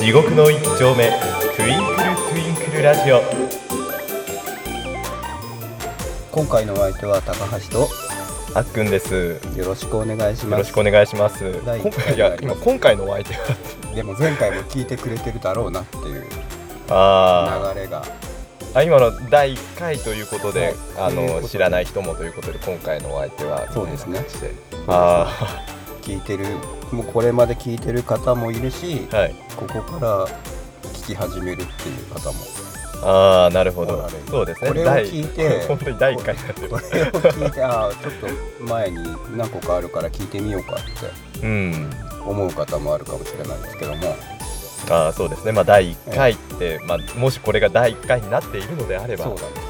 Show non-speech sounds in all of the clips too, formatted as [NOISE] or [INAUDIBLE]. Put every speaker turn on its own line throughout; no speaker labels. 地獄の一丁目トゥインクルトゥインクルラジオ
今回のお相手は高橋
あっくんです
とよろしくお願いし
よ
ま
ろ
す
しくお願いします
第一
今
回
回いや今今回のお相手は
でも前回も聞いてくれてるだろうなっていう流
あ
れが
ーあ今の第一回ということで、
はい
あ
ということ
の
で
知らない人もということで今回のお相手は
そうです
こん
ね
な感じであ
聞いてるもうこれまで聞いてる方もいるし
あはい
ここから聞き始めるっていう方も
ああなるほ
ほ
ど
らね
そうですね
これを
第
聞いて
本当に第一回になってる
これを聞いて [LAUGHS] ああちょっと前に何個かあるから聞いてみようかって
うん
思う方もあるかもしれないですけども
あーそうですねまあ第一回って、まあもしこれが第一回になっているのであれば
そう
こ
なんです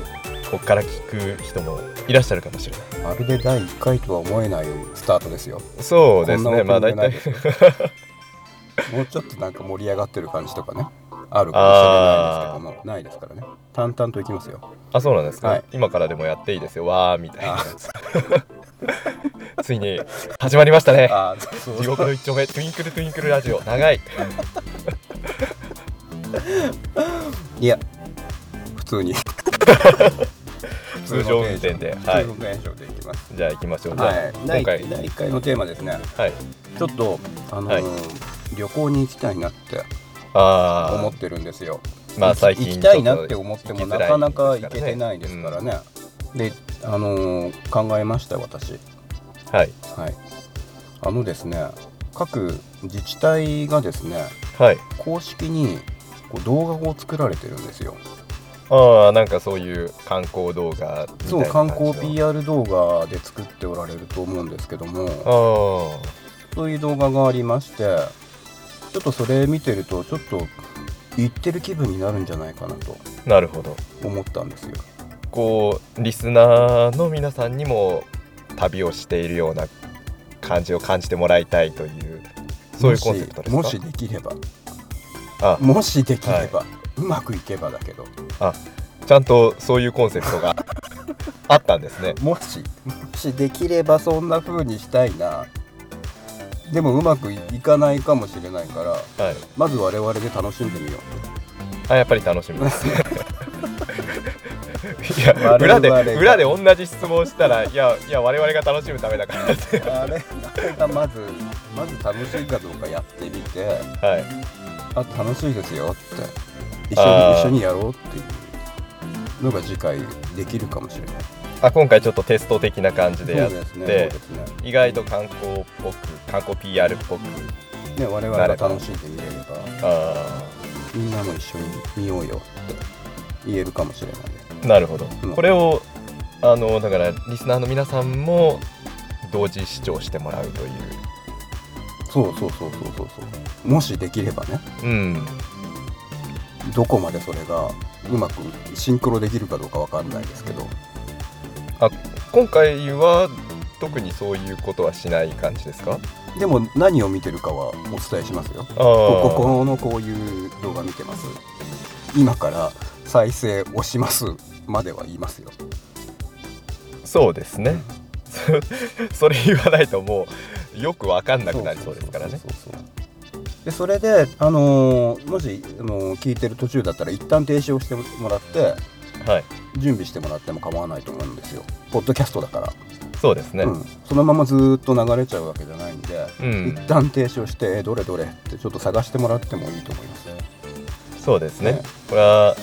こ
よ
から聞く人もいらっしゃるかもしれない
まるで第1回とは思えないスタートですよ
そうですね、
こん
ま
な
あ
オープ
大
ニングない
体 [LAUGHS]
で、すよ [LAUGHS] もうちょっとなんか盛り上がってる感じとかねあるかもしれないですけどもないですからね淡々といきますよ
あ、そうなんですか、
はい
今からでもやっていいですよ、わーみたい
あ
な、ついに始まりましたね、
あそう
地獄の一丁目、トゥインクルトゥインクルラジオ、長い、
いや普
[LAUGHS]
通に
通常運転で、
普
は
通
い
の、テンションでいきます、
じゃあ行きましょう、じゃあ、
はい、第
今回、
1回のテーマですね
はい、
ちょっとあのー
はい
旅行に行きたいなって思
あ
ってるんですよ
ー、まあ最近
行
ち
き
ょ
た
と
いなって思っても
行きづ
な
らい
かなか
で
行
す
けてないですからね、であのー考えましたよ私
うんはい、
はいあのですね各自治体がですね
はい、
公式にこう動画を作られてるんですよ
ああ、なんかそういう観光動画みたいな感じの
そう観光 PR 動画で作っておられると思うんですけど
あ
も
ー
そういう動画がありましてちょっとそれ見てるとちょっと行ってる気分になるんじゃないかなと
なるほど。
思ったんですよ
こうリスナーの皆さんにも旅をしているような感じを感じてもらいたいというそういうコンセプトですか
もしもしできれば
あ
もしできれば、うまくいけばだけど
ちゃんとそういうコンセプトがあったんですね
もしもしできればそんな風にしたいなでもうまくいかないかもしれないから
はい
まず我々で楽しんでみよ
あやっぱり楽しみです
[LAUGHS]
いや
我
裏
々
で
が
裏で同じ質問したらいやいや我々が楽しむためだからって
う [LAUGHS] あれあれがまずまず楽しいかどうかやってみて
はい
あ楽しいですよって一緒
あー
に一緒にやろうっていうのが次回できるかもしれない
あ今回ちょっとテスト的な感じでやっ
そうですね
で
そうですね
意外と観光っぽく観光 PR っぽく
ね我々が楽しんでみれれば
あ
みんなも一緒に見ようよって言えるかもしれないです
ーなるほど、
うん
これをあのだからリスナーの皆さんも同時視聴してもらうという
そうそうそうそうそうそうもしできればね
うん
どこまでそれがうまくシンクロできるかどうかわかんないですけど
今回は特にそういうことはしない感じですか
でも何を見てるかはお伝えしますよ
あー
こここのこういう動画見てます今から再生押しますまでは言いますよ
そうですねそ [LAUGHS] それ言わないともうよく分かんなくなりそうですからね
そうそうそうそうでそれで、あのーもし、あのー聞いてる途中だったら一旦停止をしてもらって
はい
準備してもらっても構わないと思うんですよポッドキャストだから
そうですね、
うん、そのままずーっと流れちゃうわけじゃないんで、
うん
一旦停止をしてえどれどれってちょっと探してもらってもいいと思います
そうですね
ね
これは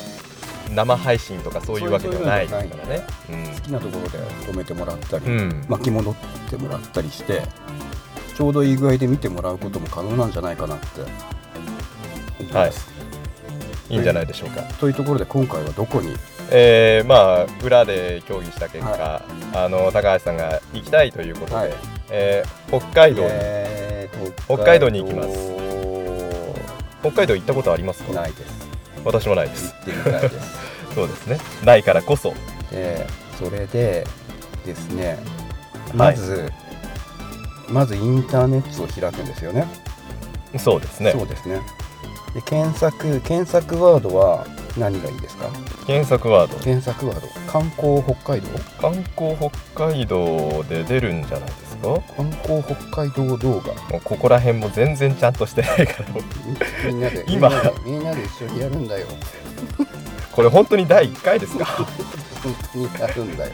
生配信とかそういうわけではないですからね
好きなところで止めてもらったり、
うん、うん
巻き戻ってもらったりしてちょうどいい具合で見てもらうことも可能なんじゃないかなって思います、
いいんじゃないでしょうか
というところで今回はどこに
えーまあ、裏で協議した結果、
は
あの高橋さんが行きたいということで、
はい
えー北海道に
えー
北海道に行きます
す
北海道行ったことありますか
ないです
私もないです
行ってみたいです
そうですねないからこそ
でそれでですねまず、まずインターネットを開くんですよね
そうですね
そうですねで検索検索ワードは何がいいですか
検索ワード
検索ワード観光北海道
観光北海道で出るんじゃないですょ
観光北海道動画
もうここら辺も全然ちゃんとしてないから [LAUGHS]
みみんなで
今
みんなでみんなで一緒にやるんだよ
これ本当に第1回ですか
[LAUGHS] 本当にやるんだよ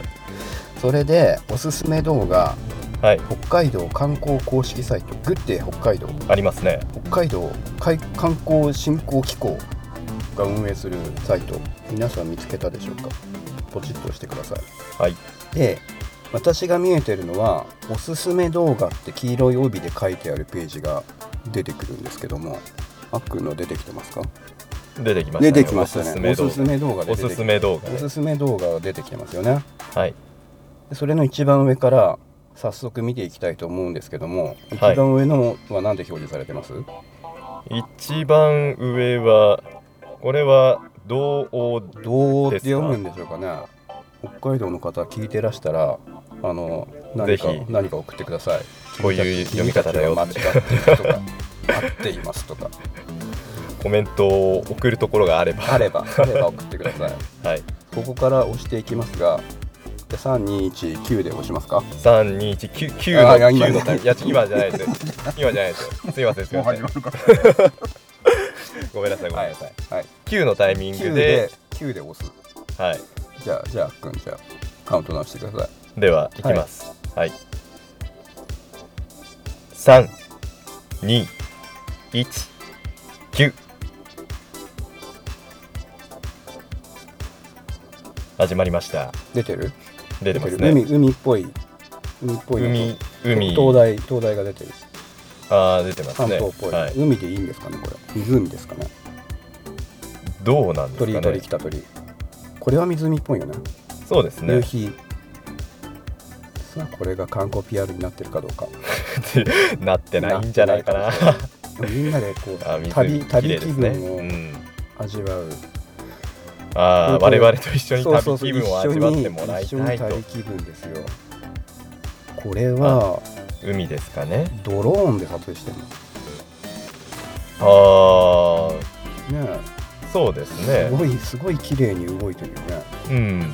それでおすすめ動画
はい
北海道観光公式サイトグッデー北海道
ありますね
北海道海観光振興機構が運営するサイト皆さん見つけたでしょうかポチッと押してください
はい
で私が見えてるのはおすすめ動画って黄色い帯で書いてあるページが出てくるんですけどもあっくんの出てきてますか
出てきましたね
出てきましたねお
おす
す
す
す
め動
め動
画
画で
お
出
す
て
す
き
め動画
おすすめ動画が出てきてますよね
はい
でそれの一番上から早速見ていきたいと思うんですけども一
はい
番上のは何で表示されてます、
一番上はこれは同王
どうって読むんでしょうかね北海道の方聞いてらしたらあの何か
ぜひ
何か送ってください
こういう読み方だよ
君たちは間違っているとか合っていますとか
コメントを送るところがあれば
あればあれば送ってください
はい
ここから押していきますがじゃあ3219で押しますか
三二一九九の
あいや今
九のタイミングいや今じゃないです今じゃないですすいませんすいません
るか
[LAUGHS] ごめんなさいごめんなさい
はい
九のタイミン
9
グ
で
で
9で押す
はい
じゃあじゃああっくんじゃあカウントダウンしてください
ではいきますはい三二一九始まりました
出てる
出てます
海
ね
海っぽい海っぽい
海海
灯台灯台が出てる
あー出てます
関
ね
東っぽい、
はい
海でいいんですかねこれ湖ですかね
どうなんです
鳥
かね
居鳥居北鳥居これは湖っぽいよね
そうですね
夕日さあこれが観光 PR になってるかどうか
なってないんじゃないかな
ってないかもしれないみんなでこ
[LAUGHS] あ
う
水
旅
綺麗
旅
で
気
すね
分
う
を
ん
味わう
ああ
本当
我
に
々と一緒に
そうそ
旅
うそ
気
う
分を
一緒
味わってもら
に
い
一緒に
たいと
旅気分ですよこれは
海ですかね
ドローンで撮影してる
ああ
のね
そうです
えす
ね
ごいすごい綺麗に動いてるよね
うん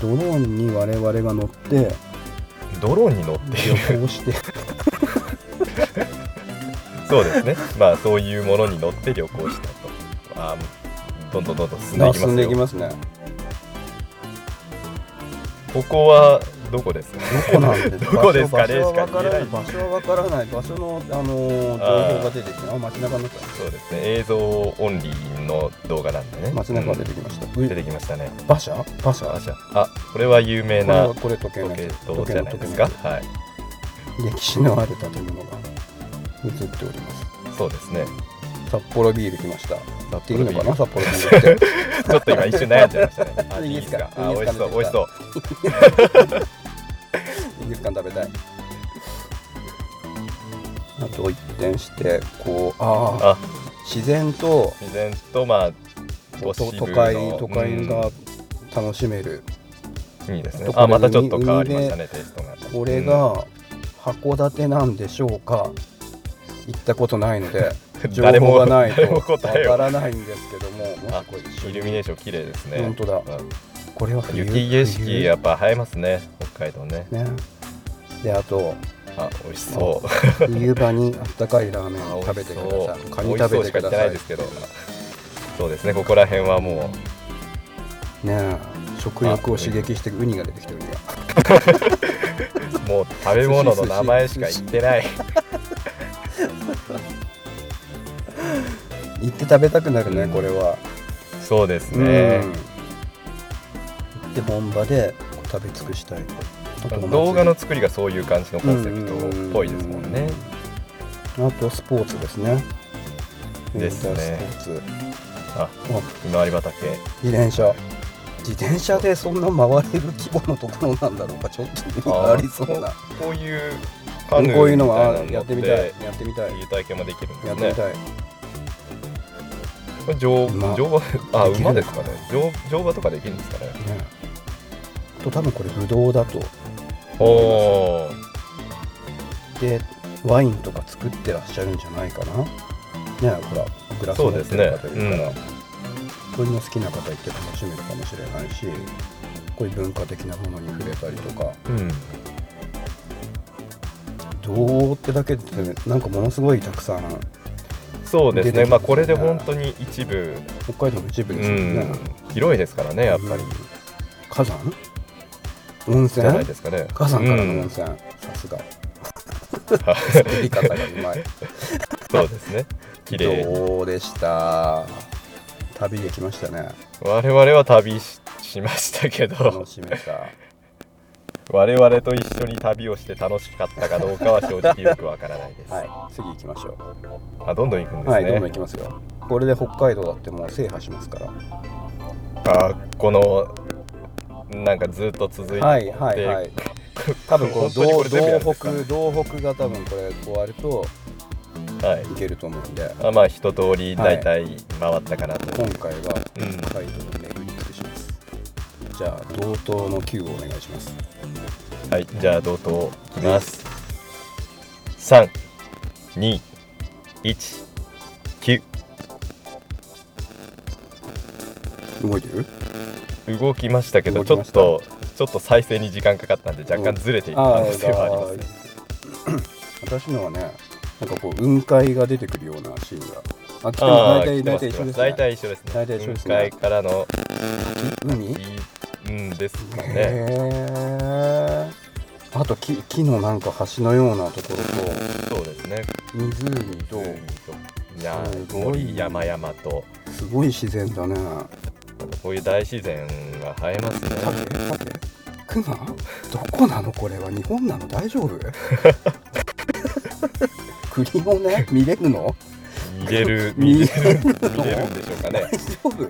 ドローンに我々が乗って
ドローンに乗って
[LAUGHS]
いる
旅行して
そうですねまあそういうものに乗って旅行したとあーどんどんどんどん進んでいきま
進ん
す
でいき
よ
ますね
ここはどこですか
[LAUGHS] どこなんで
どこですかね
場所
しか
場所は
言えない
わからない場所はわからない場所のあのー情
あー
報が出てきてあ街中になっ
そうですね映像オンリーの動画なんでね
た街中が出てきました、
うん
う
出てきましたね
馬車馬車
あじゃああこれは有名
これ
な
はこれ時計の
ロケ
やつ
ットじゃないですかはい
時計の時計のやつ歴史のある建物が映っております
そうですね
札幌ビール来ましたっ
札
ていう
幌
の
ビ
か
ー
な
ル
札幌ビールって
ちょっと今一瞬悩んじゃいました
[LAUGHS]
ねあ
いいですか
あ
いい
美
で
味
す
しそ
か
う美味しそう
[LAUGHS] イングスカン食べたいあと一転してこうああ
あ
自然と
自然とまあ都
都
市部の
都会都会が
う
楽しめる、
んいいですね
とこれ
あまたちょっと
海
変わりましたねテイストが
これが函館なんでしょうか行ったことないので情
誰も
報がないと
誰も [LAUGHS]
わか
答えを
らないんですけどもも
あ
しこれ一緒
イ
に
ルミネーション綺麗ですね
本当だ
うん
これは冬
雪景
冬
色やっぱ映えますね北海道ね
ねであと
あ美味しそう
冬場にあったかいラーメ
[LAUGHS]
ン
あ
を
美
食
味
べ
してそ
くだ
う
さいカ
美
ニ
味しそ
食べ
う
て
しか
く
言っ
だ
て
さ
ないいですけどそうですねここら辺は
[LAUGHS]
も
ねえ食欲を刺激してウニが出てきてウニが
うもう食べ物の名前しか言ってない
行って食べたくなるね、
うん
これは
そうですね
うん、で本場で食べ尽くしたいあと
動画の作りがそういう感じのコンセプトっぽいですもんね
あとスポーツですね
ですね
ウィンタースポーツ
あ
お
ひまわり畑
自転車自転車でそんな回れる規模のところなんだろうかちょっと
あー
ありそうな
こういう
こ
カ
う
ヌー
いうのは
み
やってみたい
なの乗
やってみたい
そういう体験もできるんで
や
す
って
ね。
みたい
乗
馬
乗馬あ
できる
馬ですかね。乗乗馬とかできるんですかね。
ねと多分これブドウだと
おお
でワインとか作ってらっしゃるんじゃないかなねえほらグラス
そ
持
うで
っ
す
て
ね
る方いるから、
うん
これも好きな方いて楽しめるかもしれないしこういう文化的なものに触れたりとか
うん
どうってだけでなんかものすごいたくさん
そうです
出てきます
ね、
ね
まあ、これで本当に一部、
北海道の一部
う
ですよね
ん、広いですからね、やっぱり、
火山温
じ
泉
ゃないですかね。
火山からの
う
温
ん
泉、さすが
はい
[LAUGHS] 言い方がうまい
そうです
[LAUGHS]
ね、 [LAUGHS] 綺麗に。
どうでした旅できましたね
我々は旅ししましたけど
楽、しめた
我々と一緒に旅をして楽しかったかどうかは正直よくわからないです。
はい次行きましょう
あどんどん行くんですね。
はいどんどん行きますよこれで北海道だってもう制覇しますから
あこのなんかずっと続いて、
はいはいはい多分この
本当にこれ全部や
道
るんですか
道北道北が多分これ終わると
はい
いけると思うんで
あまあ一通り大体回ったかなと、
今回は
うん
北海道を巡り尽くしますじゃあ道東の Q をお願いします
はいじゃあ同等いきます三二一九
動いてる
動きましたけど
動
ち
き
ょ
ま
っ
した
とちょっと再生に時間かかったんで若干ずれていく可能性はあります、ね
あー私のはねなんかこう雲海が出てくるようなシーンがあ来て
あ
大
ー
体
来て
大
ます
体一緒です
大
ね
体一緒ですね
大体一緒ですね
雲海からの
海
いうんですかね、
へえあと木木のなんか橋のようなところ
そうですね
と湖と
海といやー
すごい
森山々と
すごい自然だね
こういう大自然が生えますね
待って待って熊どこなのこれは日本なの大丈夫 [LAUGHS] 国をね見れるの [LAUGHS]
見れる見れ
見れ
る
る
見れるんでしょうか
大
ね
丈夫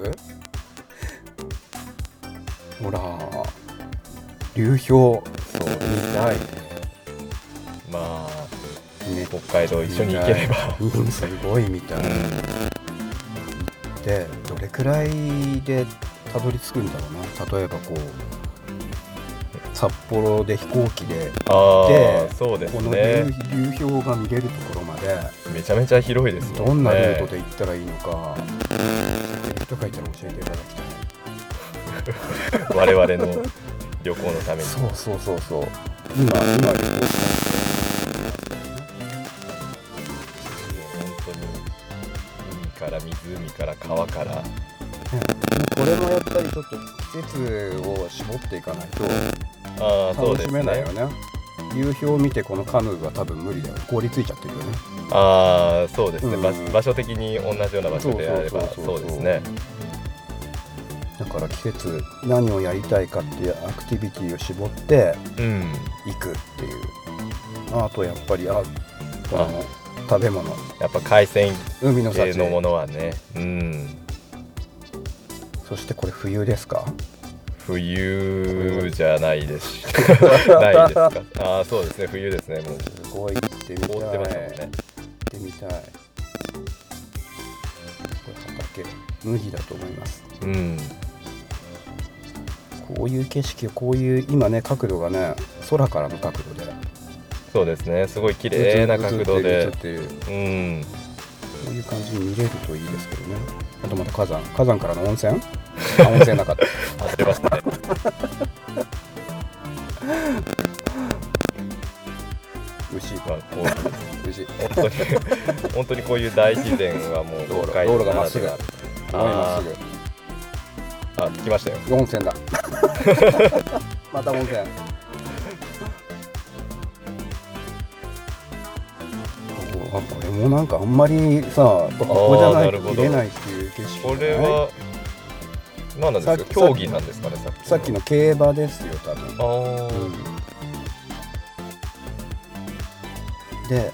ほら流氷
そう
見たい
まあ
ね
北海道一緒に行ければ
うんすごいみたい、でどれくらいでたどり着くんだろうな例えばこう札幌で飛行機で
ああ
で
そうです
この
ね
流流氷が見れるところまで
めちゃめちゃ広いですもね
どんなルートで行ったらいいのか、知ってる人がいたら教えていただきたい
我々の旅行のために
そうそうそうそう今今旅行した
本当に海から湖から川から
これもやっぱりちょっと季節を絞っていかない
ああ
と
そう
楽
で
し
す
めな
ね
いよね流氷を見てこのカヌーは多分無理だよ凍りついちゃってるよね
ああそうですね
うん
場場所的に同じような場所であれば
そう
そ
そうそうそ
う
う
ですね
だから季節何をやりたいかっていうアクティビティを絞って
うん
行くっていうああとやっぱりあこ
あ
の食べ物
やっぱ海鮮
海の
系
幸
のものはね、うん、
そしてこれ冬ですか
冬じゃない
[LAUGHS]
ですしないですか。ああ、そうですね、冬ですね、もう
すごい行ってみたい
凍ってましたもん
行
ね。
ってみたいこれ畑麦だと思います
うん、
こういう景色をこういう今ね角度がね空からの角度で
そうですね、すごい綺麗な角度
映
で、
ってる映ってる
うん、
こういう感じに見れるといいですけどねあとまた火山火山からの温泉あ温泉なかった [LAUGHS]
当てましたね。
牛
まあ、こういう
牛す
本当に本当にこういう大自然はもう
道路
北海道
道路が
な
ま
ら
っす
で
ぐ
は
ごいまっす
あ、来ましたよ。
ぐ温泉だ [LAUGHS] また温泉おあこれもなんかあんまりさここじゃない
なるほ
と
ど
見れないっていう景色
こ
じ
れ
ゃない
は何なんです
さ
か
っき
競技なんですかね、
さっきの競馬ですよ多分
ああー、
で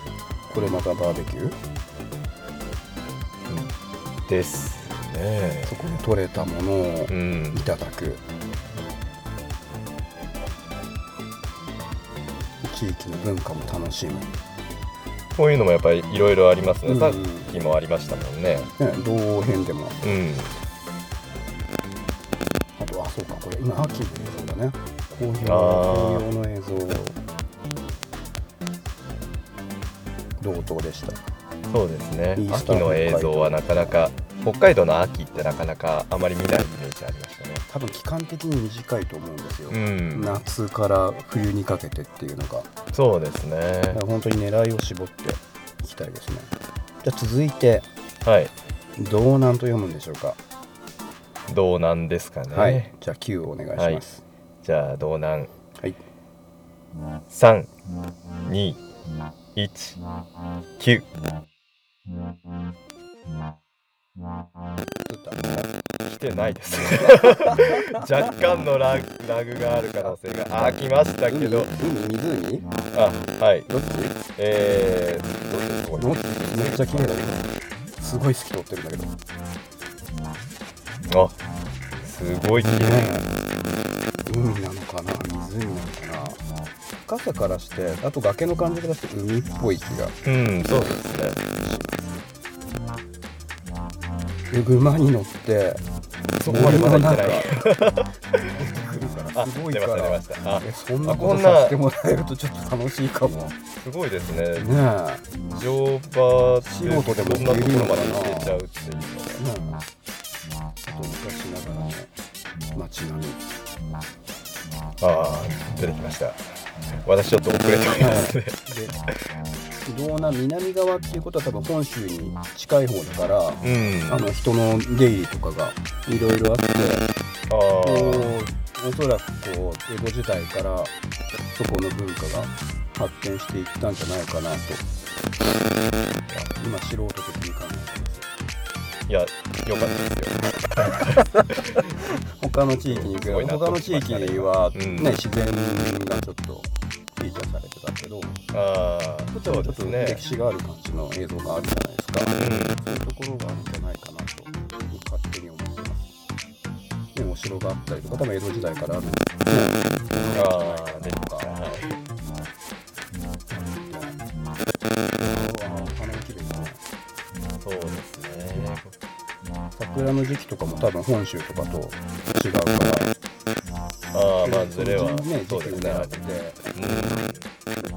これまたバーベキュー
ですね。
そこで取れたものを
うん
い。ただく、地域の文化も楽しむ、ね、
こういうのもやっぱりいろいろありますね、
うん
さっきもありましたもんね
同編でも
うん
あとあそうかこれ今秋の映像だね紅
あ
葉
ー
紅葉の映像同等でした
そうですね
いいス
秋
タート
の映像はなかなか北海道の秋ってなかなかあまり見ないイメージありましたね
多分期間的に短いと思うんですよ、
うん
夏から冬にかけてっていうのが
そうですね
だから本当に狙いを絞っていきたいですねじゃあ続いて
はい
道南と読むんでしょうか、
道南ですかね、
はいじゃあ Q をお願いします
じゃあ道南
はい、
三二一九
ちょっとあの
来てない
[LAUGHS]
です若干のラグラグがある可能性があ来ましたけど
海海湖
あはい
どっち
えー、どういうとこ
も
に
めっちゃ綺麗だけどすごい透き通ってるんだけどね
あすごい綺麗
え海なのかな湖なのかな深さからしてあと崖の感じからして海っぽい気が
うんそうですね
で馬に乗って
そこまでまだ行ってない
すごいか
あ出
ら
ました出ましたあ
えそんな
あ
こ
ことんな
させてもらえるとちょっと楽しいかもね
すごいですね
えね
乗馬って
仕事でも
そんなところまで
見れるのかな
行けちゃうっていうのが
えあと昔ながらの街並み
ああ出てきました私ちょっと遅れておりますね
で道南南側っていうことは多分本州に近い方だから
[LAUGHS] うん
あの人の出入りとかがいろいろあって
あー
こうおそらくこう江戸時代からそこの文化が発展していったんじゃないかなと今素人的に考えてます
いやよかったですよ
他の地域に比べ
すごいな
他の地域は、ね
うん
自然がちょっとフィーチャーされてたけどこ
ああ
っち
そ
は
う
ちょ
で
っ
す
と
ね
歴史がある感じの映像があるじゃないですか
う
そういうところがあるんじゃないかなと勝手に思ってますでお城があったりとか多分江戸時代からあ
んあ
る
あ出てきたはい
うんお花が綺麗ですね
そうですね
桜の時期とかも多分本州とかと違うから
ああまあズレは
ね
そ
時
う
期
ですねあ
を狙って
うん
我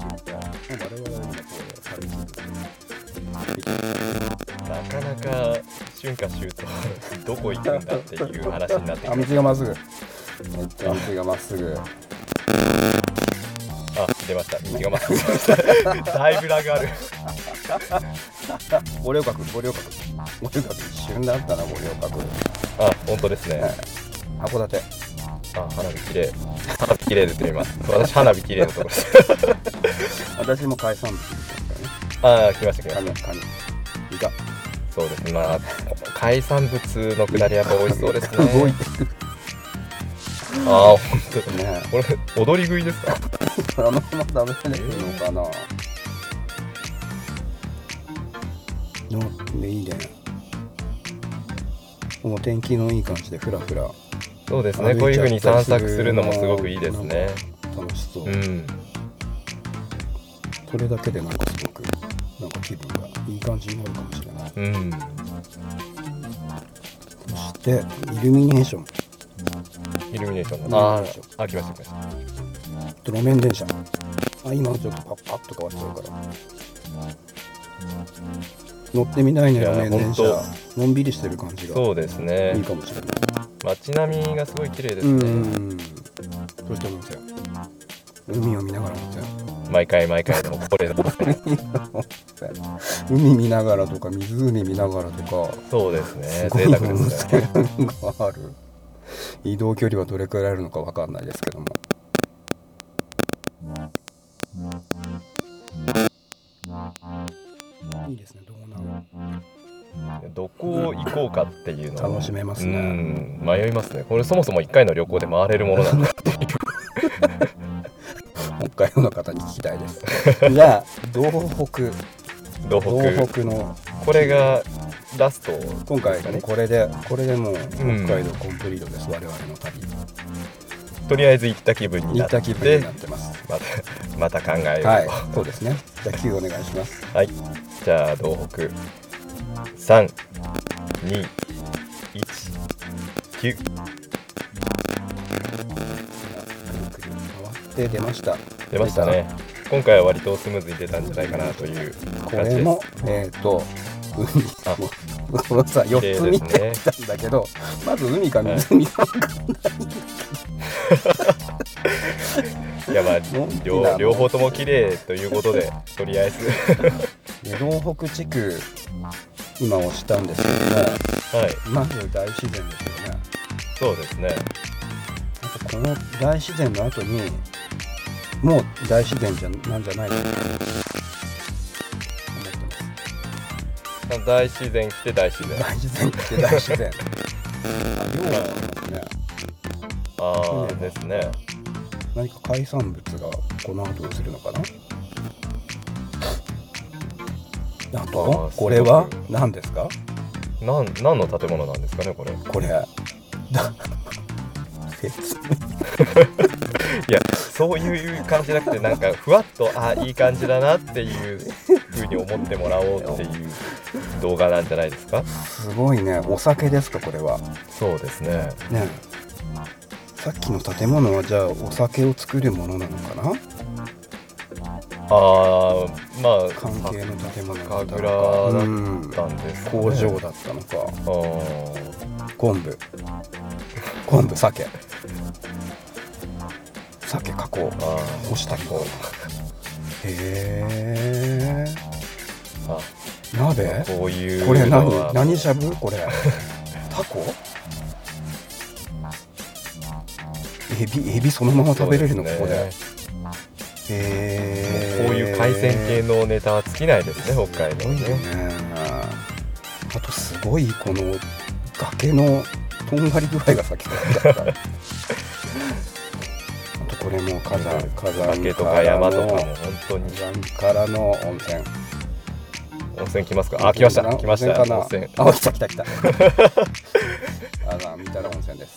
々は今こう春時期
なかなか春夏秋冬 [LAUGHS] どこ行くんだっていう話になってき
あ
ます
道がまっすぐ。めっちゃ道がま
あ
っすぐ。
出ま [LAUGHS] した道がまっすぐ出ました [LAUGHS] だいぶラグある
五稜郭、五稜郭。五稜郭一瞬だったな、五稜郭。
あ本当ですね、
はい函館。
あ花火綺麗花火綺麗ですね今私花火綺麗なところです
私も海産物です
[LAUGHS] ああ来ました来まし
からね。カニ、カニ。イカ。
たそうですねまあ海産物のくだりやっぱ美味しそうですね
[LAUGHS] 動いてる
ああ本当だ
ね。
これ踊り食いですか
あのままダメだよのかな。の、でいいね。もう天気のいい感じでふらふら
そうですねこういう風に散策するのもすごくいいですね
楽しそう。
うん
それだけでなんかすごくなんか気分がいい感じになるかもしれない
うん
そしてイルミネーション
イルミネーション
イル
の
ミネーション
ああ来ました来ました
路面電車あ今のちょっとパッパッと変わっちゃうから乗ってみたいね
いや
路面電車
ほん
のんびりしてる感じが
そうです
いい
ね
かもしれない
街並みがすごい綺麗で
う
すね
んそして温泉海を見ながら温泉
毎回毎回でもこれ [LAUGHS] ですね
海見ながらとか湖見ながらとか
そうですね
すごい
贅沢ですね
温泉がある [LAUGHS] 移動距離はどれくらいあるのかわかんないですけどもいいですね道南
どこ行こうかっていうのは
楽しめます
う
ね
ん迷いますねこれそもそも1回の旅行で回れるものなんだ
北海道の方に聞きたいです
[LAUGHS]
じゃあ道北
道北
道北の
これがラスト
今回がねこれでこれでもう北
ん
海道コンプリートです、我々の旅
とりあえず行った気分にな
行っ
って
た気分になってます
またまた考 [LAUGHS] えようと
はいそうですねじゃあ Q お願いします
はい、じゃあ道北三二一九
くるくる回って出ました
出ましたね今回は割とスムーズに出たんじゃないかなという
こ
感じ
れ
です
も。えっ、と海
あ
もこのさ4つ見
綺麗
て
で
き
す
たんだけど、まず海か湖か分かんない
いやまあ
[LAUGHS] のんきな
両両方とも綺麗ということでとりあえ
[LAUGHS]
ず
で道北地区今押したんですけ
はい
どもまず大自然ですよね
そうですね
あとこの大自然の後にもう大自然じゃなんじゃないかなと思ってます
大自然来て大自然
大自然って大自
[LAUGHS]
然あ量がありますね
ああですね
何か海産物がこの後するのかなあ
あ
と
ー
これは何ですか
なん何の建物なんですかねこれ
これだ説明
いやそういう感じじゃなくてなんかふわっとあいい感じだなっていう風に思ってもらおうっていう動画なんじゃないですか
[LAUGHS] すごいねお酒ですかこれは
そうですね
ねさっきの建物はじゃあお酒を作るものなのかな
ああまあ
関係の建物だ
酒
った
蔵
のか
だ
う
っ
ん
たんです、ね、
工場だったのか
あー
昆布昆布鮭鮭加工
あ
干したりへえ
ーあ
鍋
こういう
これ
のは
何何しゃぶこれタコエビエビそのまま食べれるのか、
そ
こ
う
れへ
すね
え
こういう海鮮系のネタは尽きないですね北海道
すごいよ
ね
ねあとすごいこの崖のとんがり具合がさっきから
[LAUGHS]
だったあとこれも火山火山
崖とか山とかも
の
本当に
火山からの温泉
温泉来ますかあ来ました
温泉
来ました
かな
温泉
あ来た来
[LAUGHS]
た来たあら見たら温泉です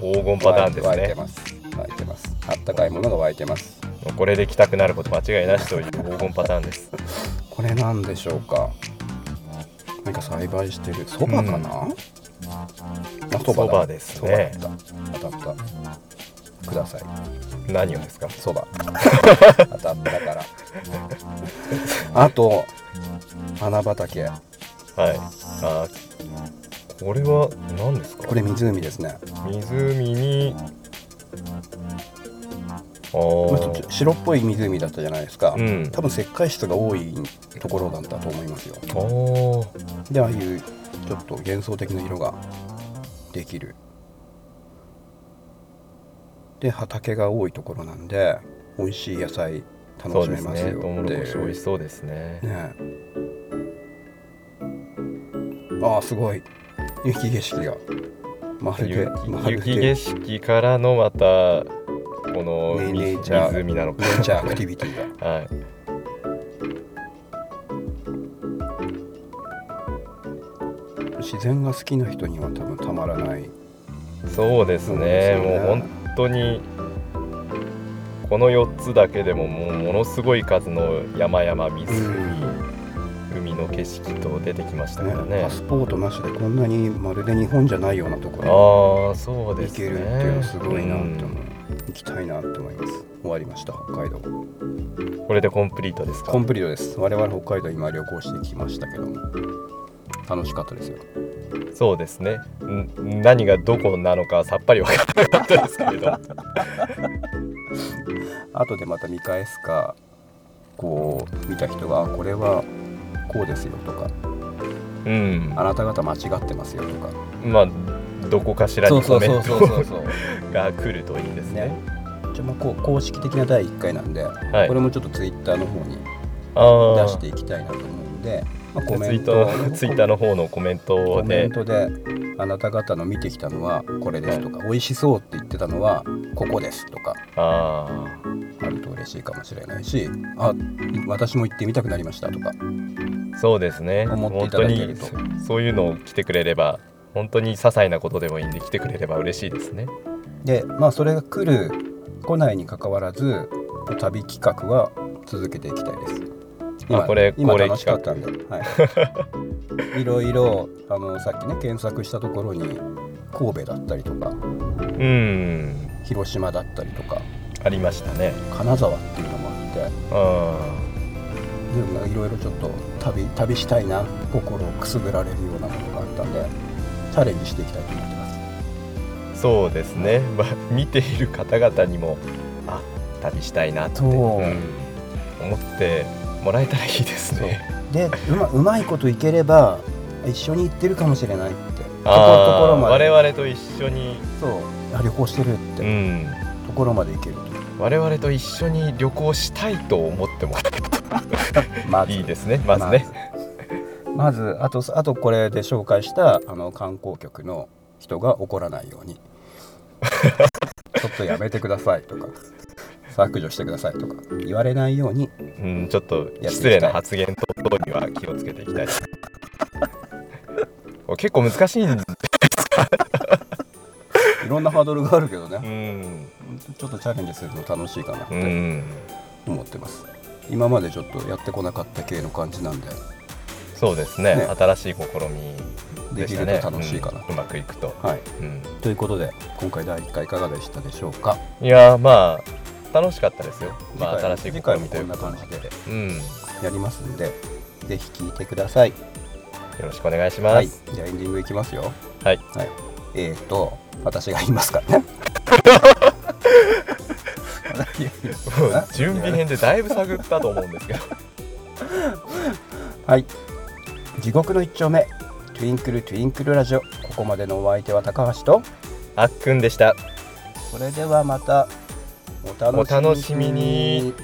黄金パターンです
湧いて
ね
ます湧いてますあったかいものが湧いてます
これで来たくなること間違いなしという黄金パターンです
これなんでしょうか何か栽培してるそばかな、あそば
そば
だ
です
そばだ
ね
った当たったください
何をですか [LAUGHS]
そば当たったからあと花畑
はいあこれは何ですか
これ湖ですね
湖にあ
まあちょっ
ー
と白っぽい湖だったじゃないですか、
うん
多分石灰質が多いところだったと思いますよ
あー
でああいうちょっと幻想的な色ができるで畑が多いところなんで美味しい野菜楽
そうで
しめ
す
ますよ
ね
って
トウモロコシ美
いう
味しそうですね
ねああすごい雪景色がまるでま
雪
る
雪
で
景色からのまたこの
ね
み
ネイチャー
湖なのか
ネイチャーアクティビティが
はい
自然が好きな人には多分たまらない
そうです
そうです
ね
よ
も
ね
う本当にこの4つだけでももうものすごい数の山々湖、海の景色と出てきましたからね
ね、パスポートなしでこんなにまるで日本じゃないようなところ
ああそう
に
で
行
す
け
ね
るっていうのはすごいなって思う、
う
行きたいなって思います終わりました北海道
んこれでコンプリートですか
コンプリートです我々北海道今旅行してきましたけども楽しかったですよ
そうですねん何がどこなのかさっぱり分からなかったですけれ
[LAUGHS]
ど
後でまた見返すかこう見た人があこれはこうですよとか
うん
あなた方間違ってますよとか
まあどこかしらにコメント
そうそう
が来るといいですね
[LAUGHS] ねじゃあまあこう公式的な第1回なんで、
はい
これもちょっとツイッターの方に
あー
出していきたいなと思うんで、まあ、コ
ツ
メ
イ
ン
ー
ト
トの [LAUGHS] ツイッターの方のコメン
コ
ト
メ
で
ントであなた方の見てきたのはこれですとか、美味しそうって言ってたのはここですとか
ああ
あると嬉しいかもしれないしあ私も行ってみたくなりましたとか
そうですね
思ってい
本
た
当
だけ
に
ると
そそういうのを来てくれれば本当に些細なことでもいいんで来てくれれば嬉しいですね
でまあそれが来る来ないにかかわらず旅企画は続けていきたいです。
あこれ
今
これ
楽しかったんで、
[LAUGHS]
はい、いろいろあのさっきね検索したところに神戸だったりとか
うん
広島だったりとか
ありましたね
金沢っていうのもあってで
あ
もいろいろちょっと旅旅したいな心をくすぐられるようなものがあったんでチャレンジしていきたいと思ってます
ーそうですね、 [LAUGHS] まあ、見ている方々にもあ旅したいなって、
そう
うん思ってもらえたらいいですね
でうまうまいこといければ一緒に行ってるかもしれないってとこ
あ
ところ
ー
まで
我々と一緒に、
そうあ旅行してるっ
う
て
ん、
ところまで行けると
我々と一緒に旅行したいと思っても
まず
いいですねまずね、
まずまずあとあとこれで紹介したあの観光局の人が怒らないよ
[LAUGHS]
うにちょっとやめてくださいとか削除してくださいとか言われないように
うん、ちょっと失礼な発言等々には気をつけていきたい [LAUGHS] です結構難しいん
いろんなハードルがあるけどね
うん、
ちょっとチャレンジするの楽しいかなっ
う
て
ん、
思ってます今までちょっとやってこなかった系の感じなんで
そうですね
ね
新しい試みでしたね
できると楽しいかな
うんうまくいくと、
はい
うん、
ということで今回第1回いかがでしたでしょうか
いやーまあ楽しかったですよ、まあ、
次回
新しい試
次回も
みということ
こんな感じで
うん、よ
やりますんでぜひ聞いてください
ろしくお願いしま
はい
す、
じゃあエンディングいきますよ [LAUGHS]
はい
はい、えー、と私が言いますからね
もう準備編でだいぶ探ったと思うんですけど
はい地獄の一丁目トゥインクルトゥインクルラジオここまでのお相手は高橋と
あっくんでした
それではまたお楽しみ
お楽しみに